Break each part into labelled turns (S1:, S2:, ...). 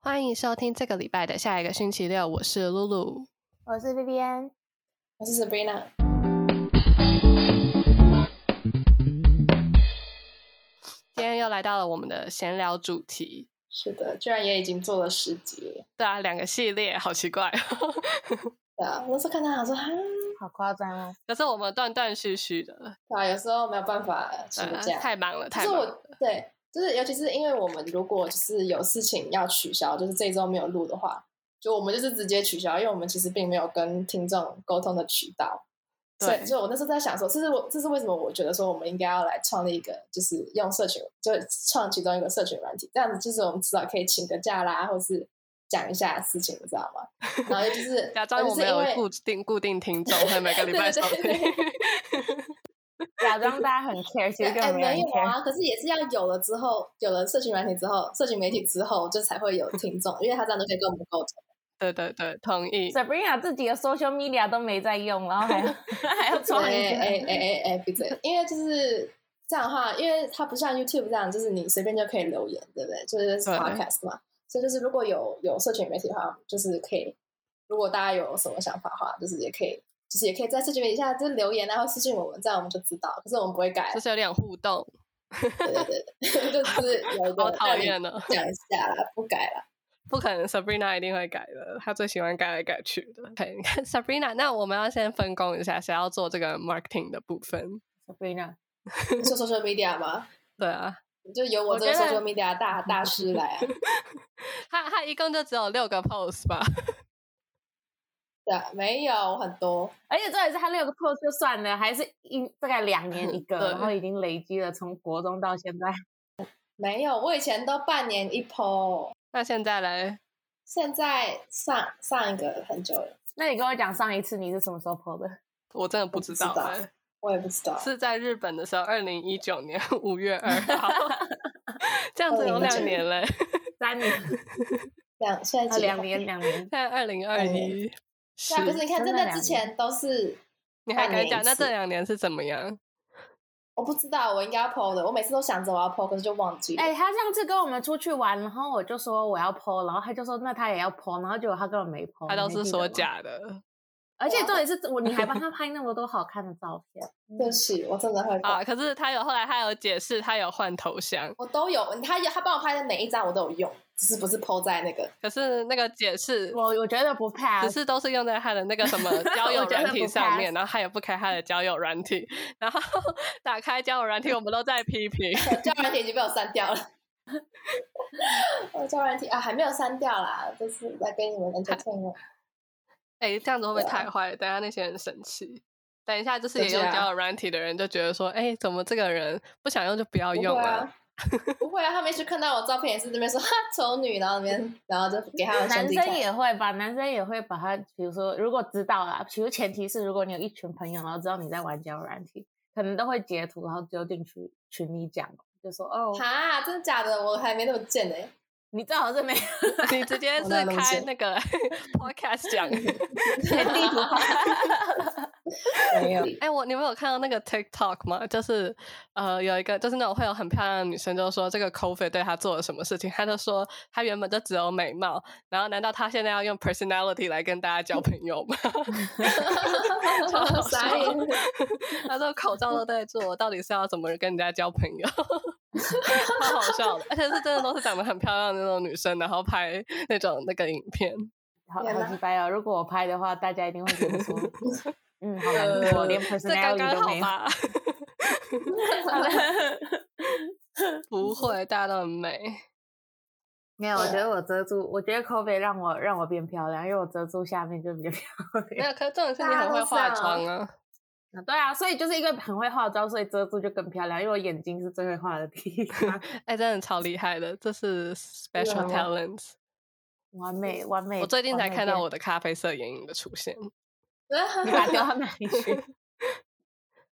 S1: 欢迎收听这个礼拜的下一个星期六，我是露露。
S2: 我是 B B N，
S3: 我是 Sabrina。
S1: 今天又来到了我们的闲聊主题，
S3: 是的，居然也已经做了十集了。
S1: 对啊，两个系列，好奇怪、哦。
S3: 对啊，我那时候看他，想说哈，
S2: 好夸张哦！
S1: 可是我们断断续续的，
S3: 对啊，有时候没有办法请
S1: 对啊
S3: 假。
S1: 太忙了，
S3: 就
S1: 太
S3: 是
S1: 忙
S3: 我
S1: 了。
S3: 对，就是尤其是因为我们如果就是有事情要取消，就是这一周没有录的话，就我们就是直接取消，因为我们其实并没有跟听众沟通的渠道。所
S1: 对
S3: 以，就我那时候在想说，这是我这是为什么我觉得说我们应该要来创立一个，就是用社群，就创其中一个社群软体，这样子就是我们至少可以请个假啦，或是讲一下事情，你知道吗？然后又就是，
S1: 假装我
S3: 呃就是
S1: 们
S3: 因
S1: 有
S3: 为
S1: 固定固定听众，会每个礼拜收
S3: 对对
S1: 听
S3: 对。
S2: 假装大家很 care，其实根
S3: 哎，
S2: 本没有人
S3: 没有
S2: care。
S3: 啊，可是也是要有了之后，有了社群软体之后，社群媒体之后，就才 会有听众，因为他这样就可以跟我们沟通。
S1: 对对对，同意。
S2: Sabrina 自己的 social media 都没在用，然后还还要
S3: 哎
S2: 装一个
S3: 哎哎哎哎，闭嘴！因为就是这样的话，因为它不像 YouTube 这样，就是你随便就可以留言，对不对？就是
S1: 对
S3: Podcast 嘛，所以就是如果有有社群媒体的话，就是可以，如果大家有什么想法的话，就是也可以。就是也可以在社群媒体下就是留言啊，然后私信我们，这样我们就知道。可是我们不会改
S1: 就，是有点互动，
S3: 对对对对， 就只是有一个
S1: 好讨厌
S3: 让
S1: 哦！
S3: 你讲一下啦，不改啦。
S1: 不可能，Sabrina 一定会改的，她最喜欢改来改去的。OK，你看 Sabrina，那我们要先分工一下，谁要做这个 marketing 的部分？
S2: Sabrina。
S3: 你说 social media 吗？
S1: 对啊，
S3: 就由
S1: 我
S3: 我这个
S1: 觉得
S3: social media 大
S2: 嗯
S3: 大师来、啊，
S1: 她她一共就只有六个 pose 吧？
S3: 对啊，没有很多，
S2: 而且重点是他六个 post 就算了，还是一大概两年一个，
S1: 对
S2: 然后已经累积了从国中到现在。
S3: 没有。我以前都半年一 po，
S1: 那现在嘞，
S3: 现在上上一个很久了，
S2: 那你跟我讲上一次你是什么时候 post 的？
S1: 我真的不
S3: 我不
S1: 知
S3: 知
S1: 道
S3: 道
S1: 欸
S3: 我也不知道。
S1: 是在日本的时候，二零一九年五月 二号， 这样子有两年嘞，
S2: 三年，
S3: 两现在
S2: 啊，
S3: 几
S2: 两年，两年
S1: 现。在二零二一。
S3: 对啊，可是你哦看，在
S2: 真的
S3: 那
S2: 两
S3: 之
S2: 年
S3: 前都是
S1: 你还敢讲？
S3: 半年一次哦
S1: 那这两年是怎么样？
S3: 我不知道我应该要 po 的，我每次都想着我要 po，可是就忘记了。
S2: 哎、他上次跟我们出去玩，然后我就说我要 PO，然后他就说那他也要 PO，然后结果他根本没 PO，
S1: 他都
S2: 你还
S1: 是
S2: 记得
S1: 说
S2: 吗。
S1: 假的。
S2: 而且重点是我，你还帮他拍那么多好看的照片，
S3: 对不起，我真的会 po，
S1: 啊！可是他有后来他有解释，他有换头像，
S3: 我都有，他他帮我拍的每一张我都有用，只是不是 po 在那个
S1: 可是那个解释
S2: 我我觉得不啊 pass，
S1: 只是都是用在他的那个 什么交友
S2: 我觉得
S1: 软体
S2: 不
S1: 上面，
S2: pass
S1: 然后他也不开他的交友软体， 然后打开交友软体，我们都在批评。
S3: 交友软体已经被我删 掉了。我交友软体啊，还没有删掉啦，就是在给你们 entertainment。
S1: 哎、这样子会不会
S3: 对啊
S1: 太坏了？等一下那些人生气。等一下，就是
S3: 就
S1: 也
S3: 这
S1: 用
S3: 样
S1: 交友软体的人就觉得说，哎、怎么这个人不想哦用就不要
S3: 不
S1: 用
S3: 会
S1: 了？
S3: 啊，不会啊，他们去看到我照片也是那边说哈丑女，然后那边然后就给他们兄
S2: 男
S3: 弟
S2: 生
S3: 看。
S2: 也会吧，男生也会把他，比如说如果知道啦，比如前提是如果你有一群朋友，然后知道你在玩交友软体，可能都会截图然后丢进去群里讲，就说哦，
S3: 哈，真的假的？我还没那么贱 呢、
S2: 你最好是 没有
S1: 你直接是
S3: 我哪有那么
S1: 开
S3: 闲
S1: 那个 podcast 讲。
S2: 在地图 炮，
S3: 没有。
S1: 哎、我你们有看到那个 TikTok 吗？就是呃，有一个就是那种会有很漂亮的女生，就说这个 COVID 对她做了什么事情，她就说她原本就只有美貌，然后难道她现在要用 personality 来跟大家交朋友吗？ 超好笑
S3: 傻眼。
S1: 她说口罩都在做，到底是要怎么跟人家交朋友？ 超好笑的，而且是真的都是长得很漂亮的那种女生，然后拍那种那个影片。
S2: 好
S3: 天哪
S2: 好鸡掰哦！如果我拍的话，大家一定会觉得 说，嗯，好难过，我连
S1: 呃这刚
S2: personality
S1: 刚
S2: 都
S1: 好
S2: 没有。
S1: 吧？ 不会，大家都很美。
S2: 没有，我觉得我遮住，我觉得 COVID 让我让我变漂亮，因为我遮住下面就比较漂
S1: 没
S2: 亮。
S1: 有，可是重点是你很会化妆啊。
S2: 对啊，所以就是一个很会化妆，所以遮住就更漂亮，因为我眼睛是最会画的地 方。
S1: 哎、真的超厉害的，这是 special
S3: 真的
S1: talents。
S2: 完美完美！
S1: 我最近
S2: 完
S1: 才
S2: 美
S1: 看到
S2: 变
S1: 我的咖啡色眼影的出现，
S2: 你把它丢到哪 里去？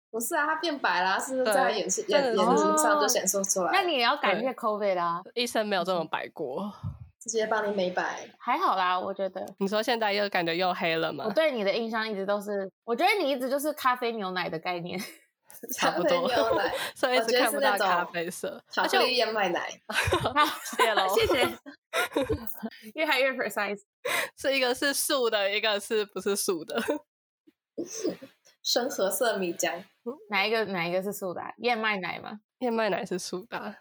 S3: 不是啊，他变白啦、是不是
S1: 对
S3: 在他眼睛眼
S1: 真
S3: 眼
S1: 的是
S3: 睛上就显示出来？
S2: 哦那你也要感谢
S1: 对
S2: COVID 啦、
S1: 一生没有这么白过。
S3: 直接帮你美白，
S2: 还好啦，我觉得。
S1: 你说现在又感觉又黑了
S2: 我
S1: 吗？
S2: 对你的印象一直都是，我觉得你一直就是咖啡牛奶的 概念，。
S1: 差 不多
S3: 咖啡 牛奶，
S1: 所以一
S3: 我
S1: 直
S3: 觉得
S1: 看
S3: 是
S1: 不
S3: 那
S1: 到
S3: 种
S1: 咖啡色，
S3: 巧
S1: 而
S3: 克
S1: 且
S3: 力燕麦奶。
S1: 谢喽
S2: 谢。 越来越 precise。
S1: 是一个是素的，一个是不是素的？
S3: 深褐色米浆，
S2: 哪一个哪一个是素的啊、燕麦奶吗？
S1: 燕麦奶是素的啊。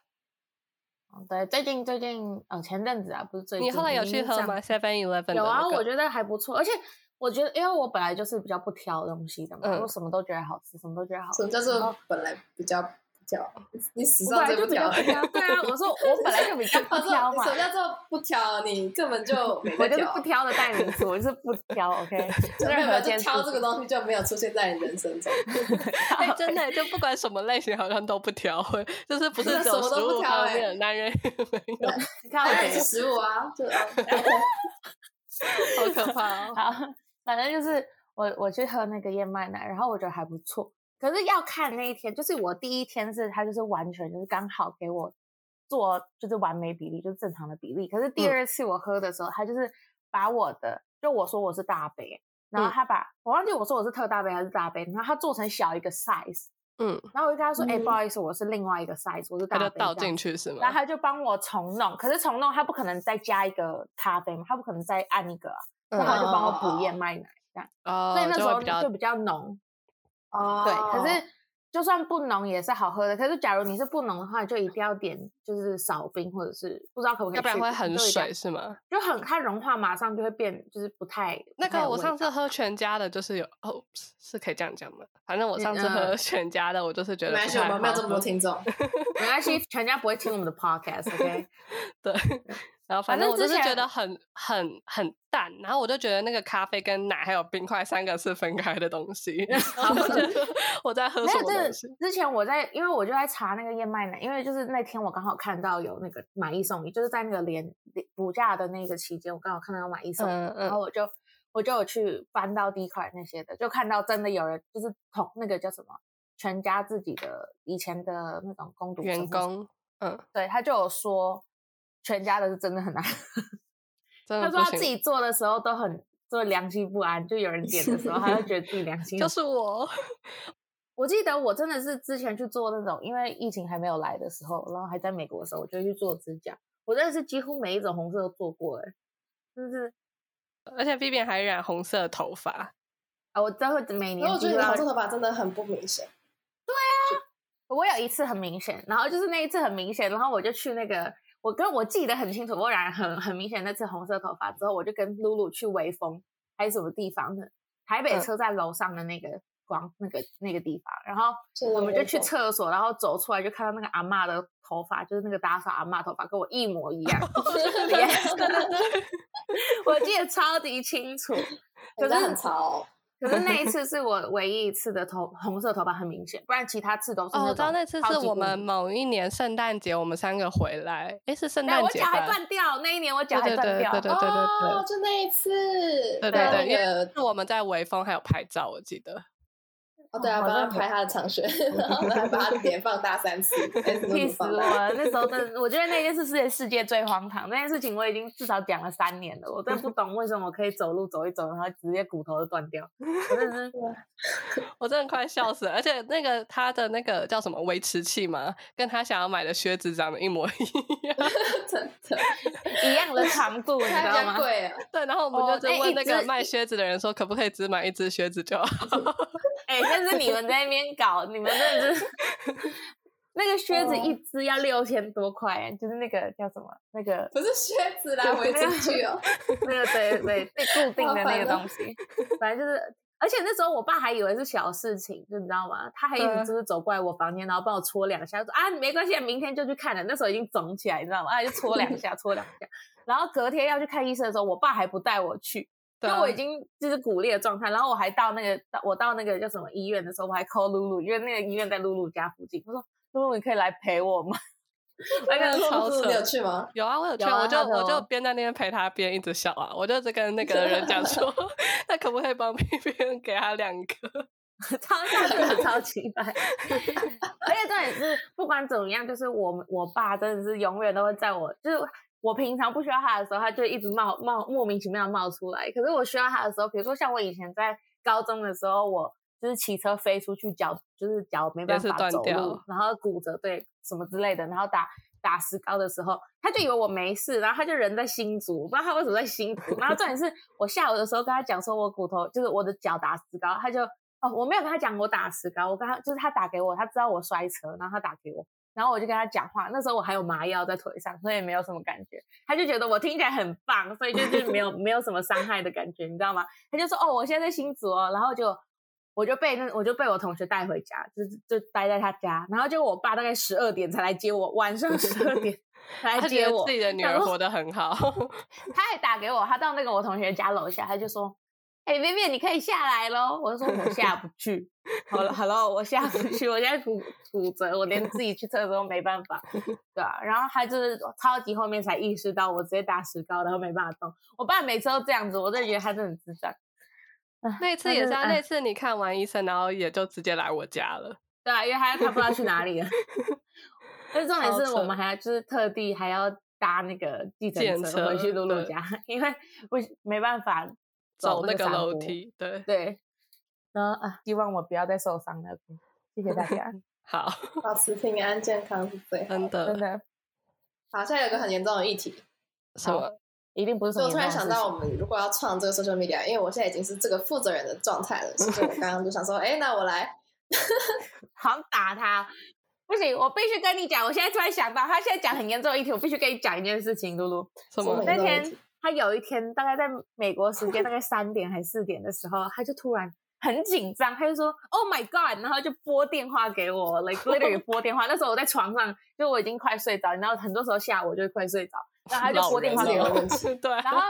S2: 哦对，最近最近哦，前阵子啊，不是最近。
S1: 你后来有去喝吗？Seven Eleven
S2: 有啊，我觉得还不错，而且我觉得，因为我本来就是比较不挑东西的嘛，
S1: 嗯
S2: 我什么都觉得好吃，什么都觉得好吃。
S3: 什么叫
S2: 然后
S3: 做本来比较比较？你史
S2: 哦我
S3: 上
S2: 本来
S3: 最
S2: 就
S3: 不
S2: 比
S3: 挑
S2: 较
S3: 的
S2: 不
S3: 人。
S2: 挑，对啊，我 说我本来就比较不
S3: 哦，这
S2: 挑嘛
S3: 什，么叫做不挑？你根 本就没
S2: 我就
S3: 在
S2: 是
S3: 挑
S2: 不，挑的代名词，我就是不挑，OK，
S3: 就没
S2: 任
S3: 有
S2: 何
S3: 没
S2: 件
S3: 有
S2: 事
S3: 挑这个
S2: 情
S3: 东西就没有出现在你人 生中。
S1: 哎，真 的就不管什么类型，好像都不挑，欸就是不是欸只
S3: 真的什
S1: 有
S3: 么
S1: 食
S3: 都不
S1: 物
S3: 挑
S1: 方
S3: 哎
S1: 面，男人也没有，
S2: 看我
S3: 当然
S2: 给
S3: 是食物啊，就哦
S1: 好可怕哦。
S2: 好，反正就是我我去喝那个燕麦奶，然后我觉得还不错，可是要看那一天，就是我第一天是它就是完全就是刚好给我做就是完美比例，就是正常的比例。可是第
S1: 嗯
S2: 二次我喝的时候，它就是把我的就我说我是大杯，然后
S1: 嗯
S2: 他把、我忘记我说我是特大杯还是大杯，然后他做成小一个 size，
S1: 嗯，
S2: 然后我就跟他说，哎、不
S3: 嗯
S2: 好意思，我是另外一个 size，我是 大
S1: 他
S2: 杯
S1: 就
S2: 这
S1: 倒
S2: 样
S1: 进去是
S2: 然后
S1: 吗？
S2: 他就帮我重弄，可是重弄他不可能再加一个咖啡嘛，他不可能再按一个、啊，那他就帮我补燕麦奶，这样，
S1: 嗯哦
S2: 所以，那时
S1: 就
S2: 候
S1: 会比较
S2: 就比较浓，
S3: 哦，
S2: 对。可是就算不浓也是好喝的，可是假如你是不浓的话，就一定要点就是少冰或者是不知道可不可以去
S1: 要不然
S2: 冰，
S1: 会很
S2: 就一定要
S1: 水，是吗？
S2: 就很它融化马上就会变，就是不太
S1: 那
S2: 不太
S1: 个
S2: 有
S1: 我
S2: 味
S1: 上次
S2: 道
S1: 喝全家的，就是有哦，是是可以这样讲吗？反正我
S2: 嗯
S1: 上次喝
S2: 嗯
S1: 全家的，我就是觉得
S3: 没
S1: 不
S3: 关系，我
S1: 太
S3: 们没有
S1: 好
S3: 这么多
S1: 喝
S3: 听众。
S2: 没关系，全家不会听我们的 podcast，OK？、
S1: 对，然后嗯反
S2: 反
S1: 正
S2: 正
S1: 我就
S2: 之
S1: 是觉
S2: 前
S1: 得很很很淡，然后我就觉得那个咖啡跟奶还有冰块三个是分开的东 西，然后我就我在喝
S2: 没
S1: 什
S2: 有，
S1: 么
S2: 这
S1: 东西？
S2: 之前我在，因为我就在查那个燕麦奶，因为就是那天我刚好看到有那个买一送一，就是在那个连连补价的那个期间，我刚好看到有买一送一，
S1: 嗯
S2: 然后
S1: 嗯，
S2: 我就我就有去翻到第一款那些的，就看到真的有人就是同那个叫什么全家自己的以前的那种工读生
S1: 员
S2: 或什么，
S1: 工，嗯，
S2: 对他就有说全家的是真的很难喝，
S1: 真
S2: 他
S1: 的嗯
S2: 说
S1: 不
S2: 他自
S1: 行，
S2: 己做的时候都很就良心不安，就有人点的时候，他就觉得自己良心
S1: 就是我，
S2: 我记得我真的是之前去做那种，因为疫情还没有来的时候，然后还在美国的时候，我就去做指甲。我真的是几乎每一种红色都做过、欸，就是
S1: 而且 B B 还染红色头发，
S2: 啊，我真的每
S3: 然
S2: 年
S3: 后我
S2: 几
S3: 觉得
S2: 乎都会
S3: 你的红色头发真的很不明显，
S2: 我有一次很明显，然后就是那一次很明显，然后我就去那个，我跟我记得很清楚，我染很很明显那次红色头发之后，我就跟露露去微风还是什么地方的台北
S1: 嗯
S2: 车站楼上的那个光、那个那个地方，然后
S3: 就是
S2: 我们
S3: 那
S2: 就
S3: 种
S2: 去厕所，然后走出来就看到那个阿嬷的头发，就是那个打扫阿嬷头发跟我一模一样， 我记得超级清楚，可
S3: 可是
S2: 是
S3: 很潮哦。
S2: 可是那一次是我唯一一次的头红色头发很明显，不然其他次都是
S1: 哦，我知道
S2: 种
S1: 那次
S2: 超
S1: 是
S2: 级
S1: 我
S2: 不明
S1: 们某一年圣诞节，我们三个回来，诶，是圣
S2: 对，
S1: 诞
S2: 我
S1: 节
S2: 脚还
S1: 吧？
S2: 断掉，那一年我脚
S1: 对对
S2: 还断
S1: 对
S2: 掉。
S1: 对对对对
S3: 哦，就那一次，
S1: 对对
S3: 帮
S1: 对对，因
S3: 那
S1: 为
S3: 个
S1: 是我们在微风还有拍照，我记得。
S3: 哦，对啊，
S2: 好
S3: 帮他
S2: 像
S3: 拍他的长靴，然后还把他的脸放大三次， 但是都
S2: 气
S3: 不
S2: 死我
S3: 放大。
S2: 了！那时候真的，我觉得那件事是世界最荒唐。那件事情我已经至少讲了三年了，我真的不懂为什么我可以走路走一走，然后直接骨头就断掉。我真的是
S1: 我真的快笑死了，而且那个他的那个叫什么维持器嘛，跟他想要买的靴子长得一模一样。
S3: 真的，
S2: 一样的长度，你知
S3: 他
S2: 道
S3: 比较
S2: 吗？
S3: 贵啊，
S1: 对，然后我们
S2: 哦
S1: 就
S2: 哎
S1: 是问
S2: 一
S1: 那个
S2: 只
S1: 卖靴子的人说，可不可以只买一只靴子就好？
S2: 哎、但是你们在那边搞，你们真 的是那个靴
S1: 哦
S2: 子一只要六千多块，就是那个叫什么？那个
S3: 不是靴子啦，围巾 去哦。
S2: 那个对对被 固定的那个
S3: 好烦哦
S2: 东西， 反正就是。而且那时候我爸还以为是小事情，就你知道吗？他还一
S1: 对啊
S2: 直就是走过来我房间，然后帮我搓两下，说啊没关系，明天就去看了。那时候已经肿起来，你知道吗？啊就搓两下，搓两下。然后隔天要去看医生的时候，我爸还不带我去，
S1: 对
S2: 因
S1: 啊
S2: 为我已经就是骨裂的状态。然后我还到那个到我到那个叫什么医院的时候，我还 call 露露，因为那个医院在露露家附近。我说露露，你可以来陪我吗？那个
S1: 超扯
S3: 你有去吗？
S1: 有啊，我有去，
S2: 有啊
S1: 我就
S2: 他的
S1: 我就
S2: 哦
S1: 边在那边陪他边一直笑啊，我就只跟那个人讲说， 那可不可以帮 B B 给他两个？
S2: 超像真的超期待，而且重点是不管怎么样，就是我们我爸真的是永远都会在我就是。我平常不需要他的时候，他就一直冒冒莫名其妙地冒出来。可是我需要他的时候，比如说像我以前在高中的时候，我就是骑车飞出去，脚就是脚没办
S1: 也是
S2: 法
S1: 断
S2: 走
S1: 掉
S2: 路，然后骨折对什么之类的，然后打打石膏的时候，他就以为我没事，然后他就人在新竹，我不知道他为什么在新竹。然后重点是我下午的时候跟他讲说，我骨头就是我的脚打石膏，他就哦，我没有跟他讲我打石膏，我跟他就是他打给我，他知道我摔车，然后他打给我，然后我就跟他讲话。那时候我还有麻药在腿上，所以没有什么感觉。他就觉得我听起来很棒，所以就是 没有没有什么伤害的感觉，你知道吗？他就说哦，我现在在新竹哦，然后就。我就被那我就被我同学带回家，就就待在他家，然后就我爸大概十二点才来接我，晚上十二点才来
S1: 他
S2: 接
S1: 觉得
S2: 我
S1: 自。己的女
S2: 然
S1: 儿
S2: 后
S1: 活得很好，
S2: 他还打给我，他到那个我同学家楼下，他就说：“哎、欸、，Vivian，你可以下来咯。我就说：“我下不去。”好了，好了，我下不去，我现在骨骨折，我连自己去厕所都没办法，对啊。然后他就是超级后面才意识到，我直接打石膏，然后没办法动。我爸每次都这样子，我真的觉得他真的很智障。啊
S1: 那
S2: 他
S1: 次也
S2: 真
S1: 是
S2: 的
S1: 啊，
S2: 哎
S1: 那次你看完医生，然后也就直接来我家了。
S2: 对啊，因为他他不知道去哪里了。但是重点
S1: 超
S2: 是我
S1: 扯
S2: 们还要就是特地还要搭那个计
S1: 计
S2: 程
S1: 程
S2: 车回
S1: 车
S2: 去露露
S1: 对
S2: 家， 因为不没办法
S1: 走
S2: 那
S1: 那个
S2: 山
S1: 楼
S2: 坡。
S1: 梯，对，
S2: 对，然后啊，希望我不要再受伤了。谢谢大 家，
S1: 好，
S3: 保持平安健康是最好。
S1: 真
S2: 真
S1: 的，
S2: 的
S3: 好，现在有个很严重的议题，
S1: 什
S2: 好
S1: 么？
S2: 一定不是什
S3: 所以
S2: 么
S3: 我
S2: 严重的
S3: 突
S2: 事
S3: 然
S2: 情。
S3: 想到，我们如果要创这个 social media，因为我现在已经是这个负责人的状态了，所以我刚刚就想说，哎，那我来，
S2: 好想打他，不行，我必须跟你讲。我现在突然想到，他现在讲很严重的议题，我必须跟你讲一件事情，露露。
S1: 什
S3: 我
S1: 么？
S2: 那
S3: 严重的议
S2: 天
S3: 题
S2: 他有一天大概在美国时间大概三点还四点的时候，他就突然很紧张，他就说 “Oh my God”，然后就拨电话给我，like literally 拨电话。那时候我在床上，就我已经快睡着，然后很多时候下午我就会快睡着，然后他就拨电话
S3: 老
S2: 给
S3: 人
S2: 我
S3: 了，问
S1: 对，啊
S2: 然后，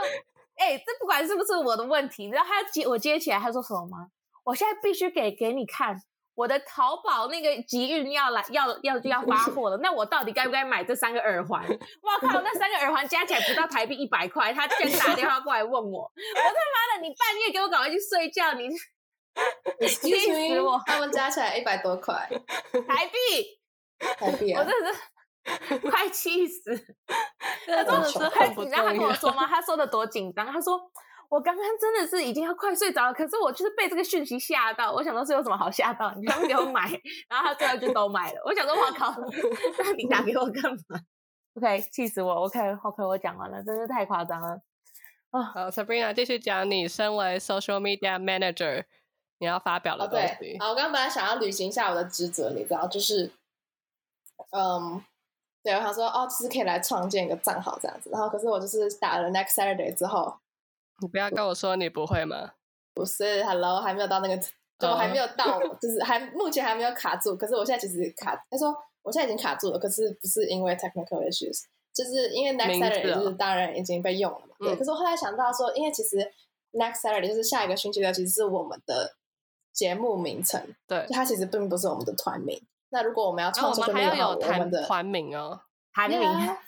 S2: 哎、这不管是不是我的问题，你知道他接我接起来，他说什么吗？我现在必须给给你看我的淘宝那个集运要来要要就要发货了，那我到底该不该买这三个耳环？ 我靠，那三个耳环加起来不到台币一百块，他居然打电话过来问我，我他妈的，你半夜给我赶快去睡觉，你
S3: ，excuse
S2: 死
S3: me，
S2: 我
S3: 他们加起来一百多块
S2: 台币，
S3: 台币
S2: 我
S3: 啊，
S2: 真的是。 快气死！
S1: 那真的是很不
S2: 你知道他
S1: 重
S2: 跟我
S1: 要。
S2: 说吗？他说的多紧张，他说。我刚刚真的是已经要快睡着了，可是我就是被这个讯息吓到。我想说是有什么好吓到？你他们给我买， 然后他最后就都买了。我想说，我靠， 那你打给我干嘛？OK，气死我！OK，OK，、我讲完了，真是太夸张了。啊
S1: 好，Sabrina 继续讲，你身为 social media manager，你要发表的
S3: 哦
S1: 东
S3: 对
S1: 西，。
S3: 啊，我刚刚本来想要履行一下我的职责，你知道，就是，嗯，对，我想说，哦，就是可以来创建一个账号这样子，然后可是我就是打了 next Saturday 之后，
S1: 你不要跟我说你不会吗？
S3: 不是，Hello，还没有到那个，就我还没有到，就是还目前还没有卡住。可是我现在其实卡，他说我现在已经卡住了，可是不是因为 technical issues，就是因为 next
S1: 名字
S3: Saturday
S1: 啊
S3: 就是当然已经被用了嘛。对，
S1: 嗯
S3: 可是我后来想到说，因为其实 next Saturday 就是下一个星期六，其实是我们的节目名称，
S1: 对
S3: 就，它其实并不是我们的团名。那如果我们要
S1: 然后
S3: 创
S1: 我
S3: 作
S1: 们
S3: 这
S1: 还
S3: 个
S1: 要有
S3: 的话，我
S1: 团
S3: 们的
S1: 团名哦。
S2: 韩明
S3: 呀，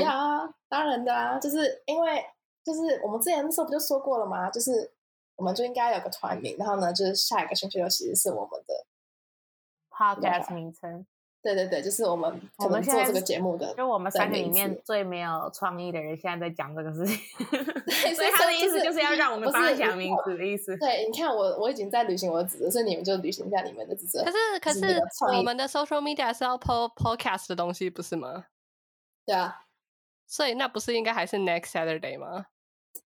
S3: 呀，当然的啊，就是因为就是我们之前那时候不就说过了吗？就是我们就应该有个团名，然后呢，就是下一个星期六其实是我们的，啊
S2: Podcast 名称，
S3: 对对对，就是我们可
S2: 我
S3: 能
S2: 们现
S3: 做
S2: 在
S3: 这个节目的，
S2: 就我们
S3: 对
S2: 三个里
S3: 名字
S2: 面最没有创意的人，现在在讲这个事情。
S3: 对
S2: 所
S3: 所以
S2: 以他的意
S3: 就
S2: 思
S3: 是
S2: 就是要让我们
S3: 不
S2: 帮他
S3: 是
S2: 想名字的意思。
S3: 对，你看我我已经在履行我的职责，所以你们就履行一下你们的职责
S1: 可。是可
S3: 是
S1: 是
S3: 那个创意
S1: 我们的 social media 是要 po podcast 的东西，不是吗？
S3: 对啊，
S1: 所以那不是应该还是 next Saturday 吗？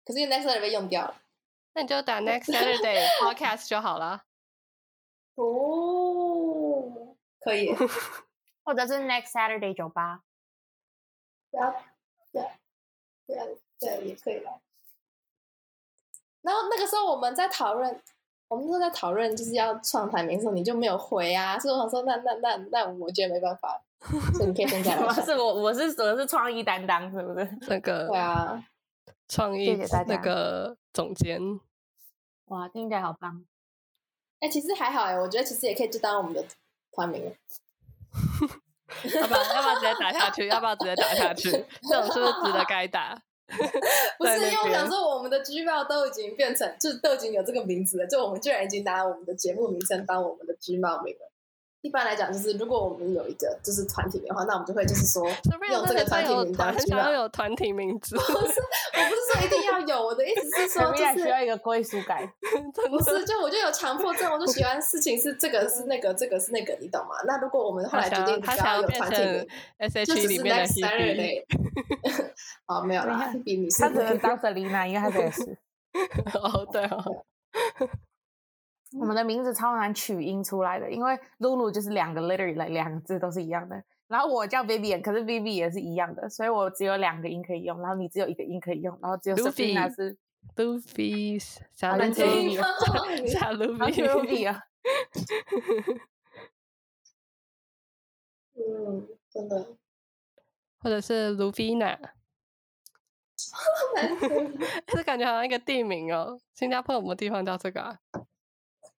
S3: 可是 next day 被用掉了。
S1: 那你就打 next Saturday podcast 就好了。
S3: 哦，可以，
S2: 或者是 Next Saturday 酒吧。
S3: 然后，对，对，啊对，也可以了。然后那个时候我们在讨论，我们那时候在讨论就是要创台名的时候，你就没有回啊，所以我想说，那那那那，我觉得没办法，所以你可以先讲
S2: 什 么
S3: 来。
S2: 是我我是我是创意担当，是不是？
S1: 那个
S3: 对啊，
S1: 创意
S2: 谢谢大
S1: 那
S2: 家
S1: 个总监，
S2: 哇，听起来好棒！
S3: 哎、其实还好哎、我觉得其实也可以就当我们的团名了。
S1: 要不要要不要直接打下去？要不要直接打下去？这种是不是值得该打？
S3: 不是，
S1: 在那
S3: 因为我
S1: 边
S3: 想说，我们的 G 报都已经变成，就都已经有这个名字了，就我们居然已经拿我们的节目名称当我们的 G 报名了。一般来讲，就是如果我们有一个就是团体名的话，那我们就会就是说用这个团体
S1: 有
S3: 名当
S1: 很
S3: 取
S1: 想
S3: 暖
S1: 要。有团体名字，
S3: 不是，我不是说一定要有，我的意思是
S2: 我
S3: 说，
S2: 们
S3: 就
S2: 也需
S3: 是
S2: 要一个归属 感。
S1: 真
S3: 不
S1: 的
S3: 是就我就有强迫症，我就喜欢事情是这个是那个，这个是那个，你懂吗？那如果我们后
S1: 他
S3: 来决
S1: 想要
S3: 定不
S1: 他想
S3: 要
S1: 要
S3: 有
S1: 变
S3: 团体名
S1: 成，
S3: 就
S1: SHE
S3: 只
S1: E 里
S3: 是
S1: 面的
S3: next
S1: Hebe，
S3: Saturday。哦，没有
S1: 啊
S3: 啦，比你是
S2: 他只能当 Selina，因为他这也 是
S1: 哦对哦，
S2: 我们的名字超难取音出来的，因为露露就是两个 literally like 两个字都是一样的。然后我叫 Vivian，可是 Vivian 也是一样的，所以我只有两个音可以用，然后你只有一个音可以用，然后只有
S1: Luffy
S2: Selina 是
S1: Luffy 小
S2: 好
S1: 男
S2: 像
S1: 生
S2: 是 Luffy
S1: 小
S2: 然后
S1: Luffy，
S2: Ruby 啊，
S3: 嗯，真的
S1: 或者是 Luvina，
S3: 好难听，
S1: 这感觉好像一个地名哦。新加坡有没有地方叫这个啊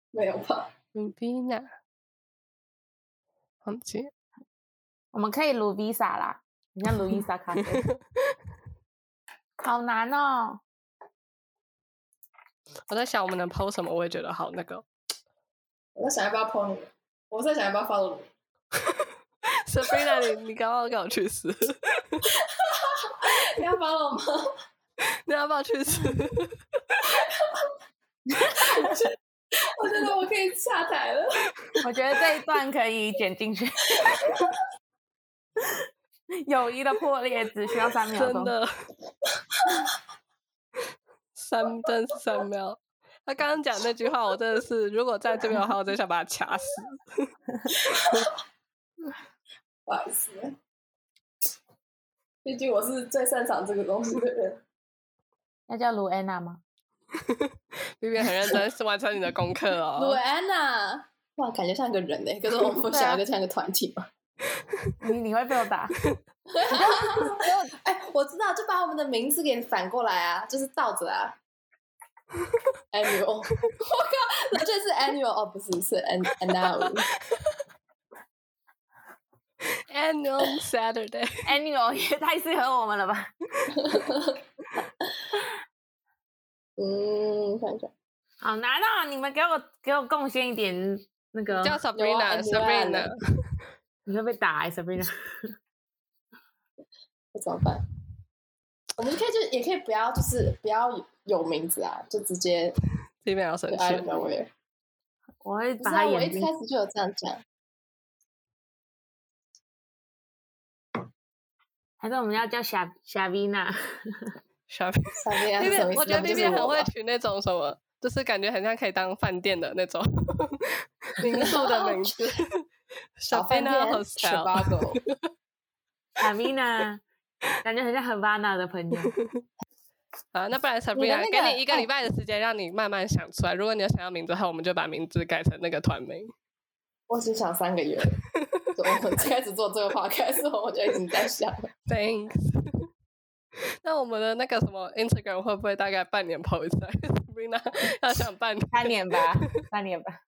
S3: 没有吧？
S1: ？Luvina，忘记了
S2: 我们可以 Luvisa 啦，你像 Luvisa 咖啡，好难哦。
S1: 我在想我们能 PO 什么，我也觉得好那个哦，
S3: 我在想要不要 p 你，我在想要不要 follow 你。
S1: Sabrina，你你刚刚给我去死，
S3: 你要帮我吗？
S1: 你要不要去死？
S3: 我觉得我可以下台了。
S2: 我觉得这一段可以剪进去。 友谊的破裂只需要三秒
S1: 真
S2: 钟。
S1: 的，三真是三秒。他刚刚讲那句话，我真的是，如果在这边的话，我真想把他掐死。
S3: 不好意思，毕竟我是最擅长这个东西的人。
S2: 要叫卢安娜吗？
S1: B B 很认真，是完成你的功课
S3: 卢
S1: 哦。
S3: 安娜，哇，感觉像个人呢、欸可是我们不
S2: 对啊
S3: 想要就像个团体 嘛。
S2: 你你会被我打？
S3: 哎、我知道，就把我们的名字给反过来啊，就是倒着啊。annual，我靠，这是 annual 哦，不是是 an annual，
S1: Annual Saturday，
S2: annual 也太适合我们了吧？
S3: 嗯，看一下，
S2: 好难哦！你们给我给我贡献一点那个，
S1: 叫
S3: 有啊
S1: Sabrina，Sabrina，
S3: Annual
S2: 你会被打、欸、，Sabrina。
S3: 那怎么办？我们可以就也可以不要，就是不要有名字啊，就直接
S1: 这边要生
S3: out of
S1: 气。
S3: nowhere。
S2: 我会
S3: 不
S2: 把
S3: 是
S2: 他
S3: 啊，我一
S2: 眼睛
S3: 开始就有这样讲。
S2: 还是我们要叫小小 v i n a
S1: 小
S3: 上面啊
S1: B
S3: 什么
S1: B，
S3: 意思
S1: 我觉得
S3: 那
S1: B
S3: 不
S1: B
S3: 就是
S1: 很
S3: 我
S1: 会
S3: 吧
S1: 取那种什么，就是感觉很像可以当饭店的 那种民宿的名字。
S3: 小饭店
S1: Sabrina Hostel，
S3: Chicago，
S2: 小 v i n a 感觉很像 Havana 的 朋友。
S1: 啊，那不然
S3: 你的
S1: Sabrina，
S3: 那
S1: 给
S3: 个
S1: 你一个
S3: 哎
S1: 礼拜的时间，让你慢慢想出来。如果你有想要名字的话，我们就把名字改成那个团名。
S3: 我已经想三个月了。就我们开始做这个 podcast 后，我就已经在想了。
S1: Thanks。那我们的那个什么 Instagram 会不会大概半年 po 一次啊 ？Sabrina 要想半年，
S2: 三年吧，三年吧。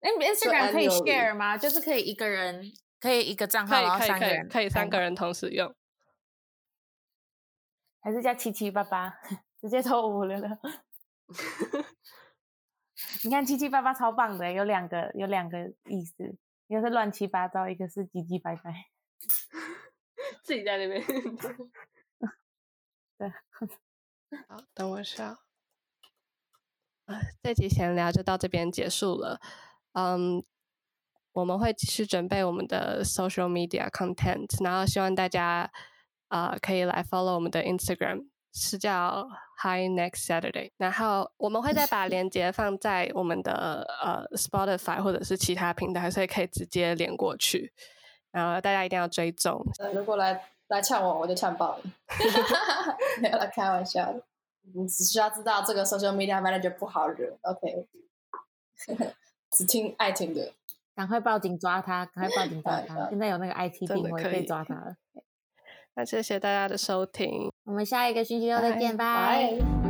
S2: 哎你们，Instagram 可以
S3: annually
S2: share 吗？就是可以一个人，可以一个账
S1: 可
S2: 号，
S1: 以
S2: 然后
S1: 可以
S2: 三个
S1: 可以
S2: 人，
S1: 可以三个
S2: 人，
S1: 人同时用。
S2: 还是叫七七八八， 直接抽五五六六。 你看七七八八超棒的，有两个有两个意思，一个是乱七八糟，一个是唧唧 拜拜。
S1: 自己在那边。
S2: 对。
S1: 好，等我一下。啊，这集闲聊就到这边结束了。嗯，我们会继续准备我们的 social media content，然后希望大家啊、呃可以来 follow 我们的 Instagram，是叫 Hi Next Saturday。然后我们会再把链接放在我们的呃 Spotify 或者是其他平台，所以可以直接连过去。然后大家一定要追踪，
S3: 呃如果来来呛我，我就呛爆你。 没有啦，开玩笑的。你只需要知道这个 social media manager 不好惹，OK？只听爱听的，
S2: 赶快报警抓他！赶快报警抓
S3: 哎
S2: 他！
S3: 呀
S2: 现在有那个 IT
S1: 真的
S2: 定位
S1: 可
S2: 可以
S1: 以
S2: 抓他了。
S1: 那谢谢大家的收听，
S2: 我们下一个星期六再见，
S1: 拜
S2: 拜。
S3: 拜。